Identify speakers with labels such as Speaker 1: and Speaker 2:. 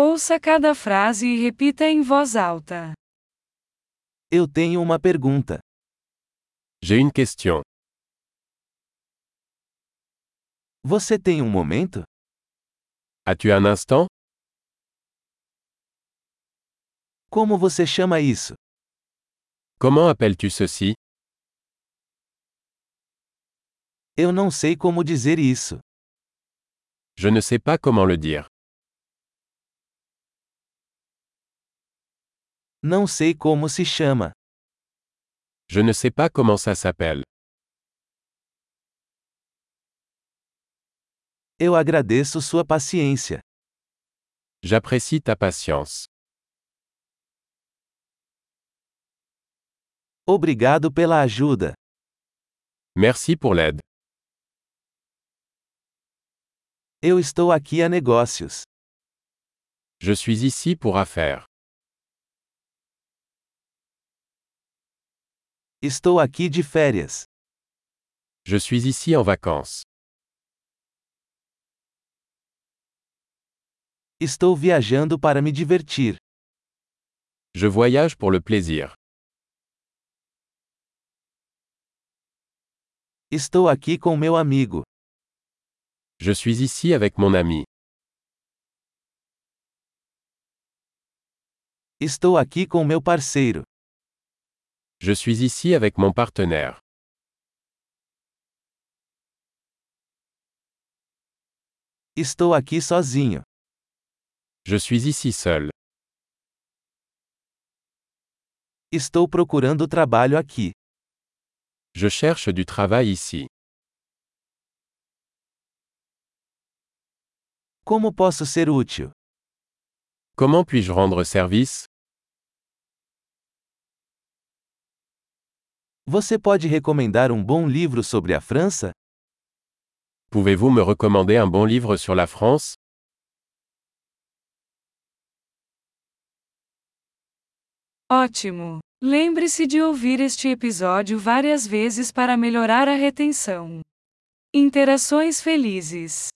Speaker 1: Ouça cada frase e repita em voz alta.
Speaker 2: Eu tenho uma pergunta.
Speaker 3: J'ai une question.
Speaker 2: Você tem um momento?
Speaker 3: As-tu un instant
Speaker 2: Como você chama isso?
Speaker 3: Comment appelles-tu ceci
Speaker 2: Eu não sei como dizer isso.
Speaker 3: Je ne sais pas comment le dire.
Speaker 2: Não sei como se chama.
Speaker 3: Je ne sais pas comment ça s'appelle.
Speaker 2: Eu agradeço sua paciência.
Speaker 3: J'apprécie ta patience.
Speaker 2: Obrigado pela ajuda.
Speaker 3: Merci pour l'aide.
Speaker 2: Eu estou aqui a negócios.
Speaker 3: Je suis ici pour affaires.
Speaker 2: Estou aqui de férias.
Speaker 3: Je suis ici en vacances.
Speaker 2: Estou viajando para me divertir.
Speaker 3: Je voyage pour le plaisir.
Speaker 2: Estou aqui com meu amigo.
Speaker 3: Je suis ici avec mon ami.
Speaker 2: Estou aqui com meu parceiro.
Speaker 3: Je suis ici avec mon partenaire.
Speaker 2: Estou aqui sozinho.
Speaker 3: Je suis ici seul.
Speaker 2: Estou procurando trabalho aqui.
Speaker 3: Je cherche du travail ici.
Speaker 2: Como posso ser útil?
Speaker 3: Comment puis-je rendre service
Speaker 2: Você pode recomendar um bom livro sobre a França?
Speaker 3: Pouvez-vous me recommander un bon livre sur la France
Speaker 1: Ótimo! Lembre-se de ouvir este episódio várias vezes para melhorar a retenção. Interações felizes.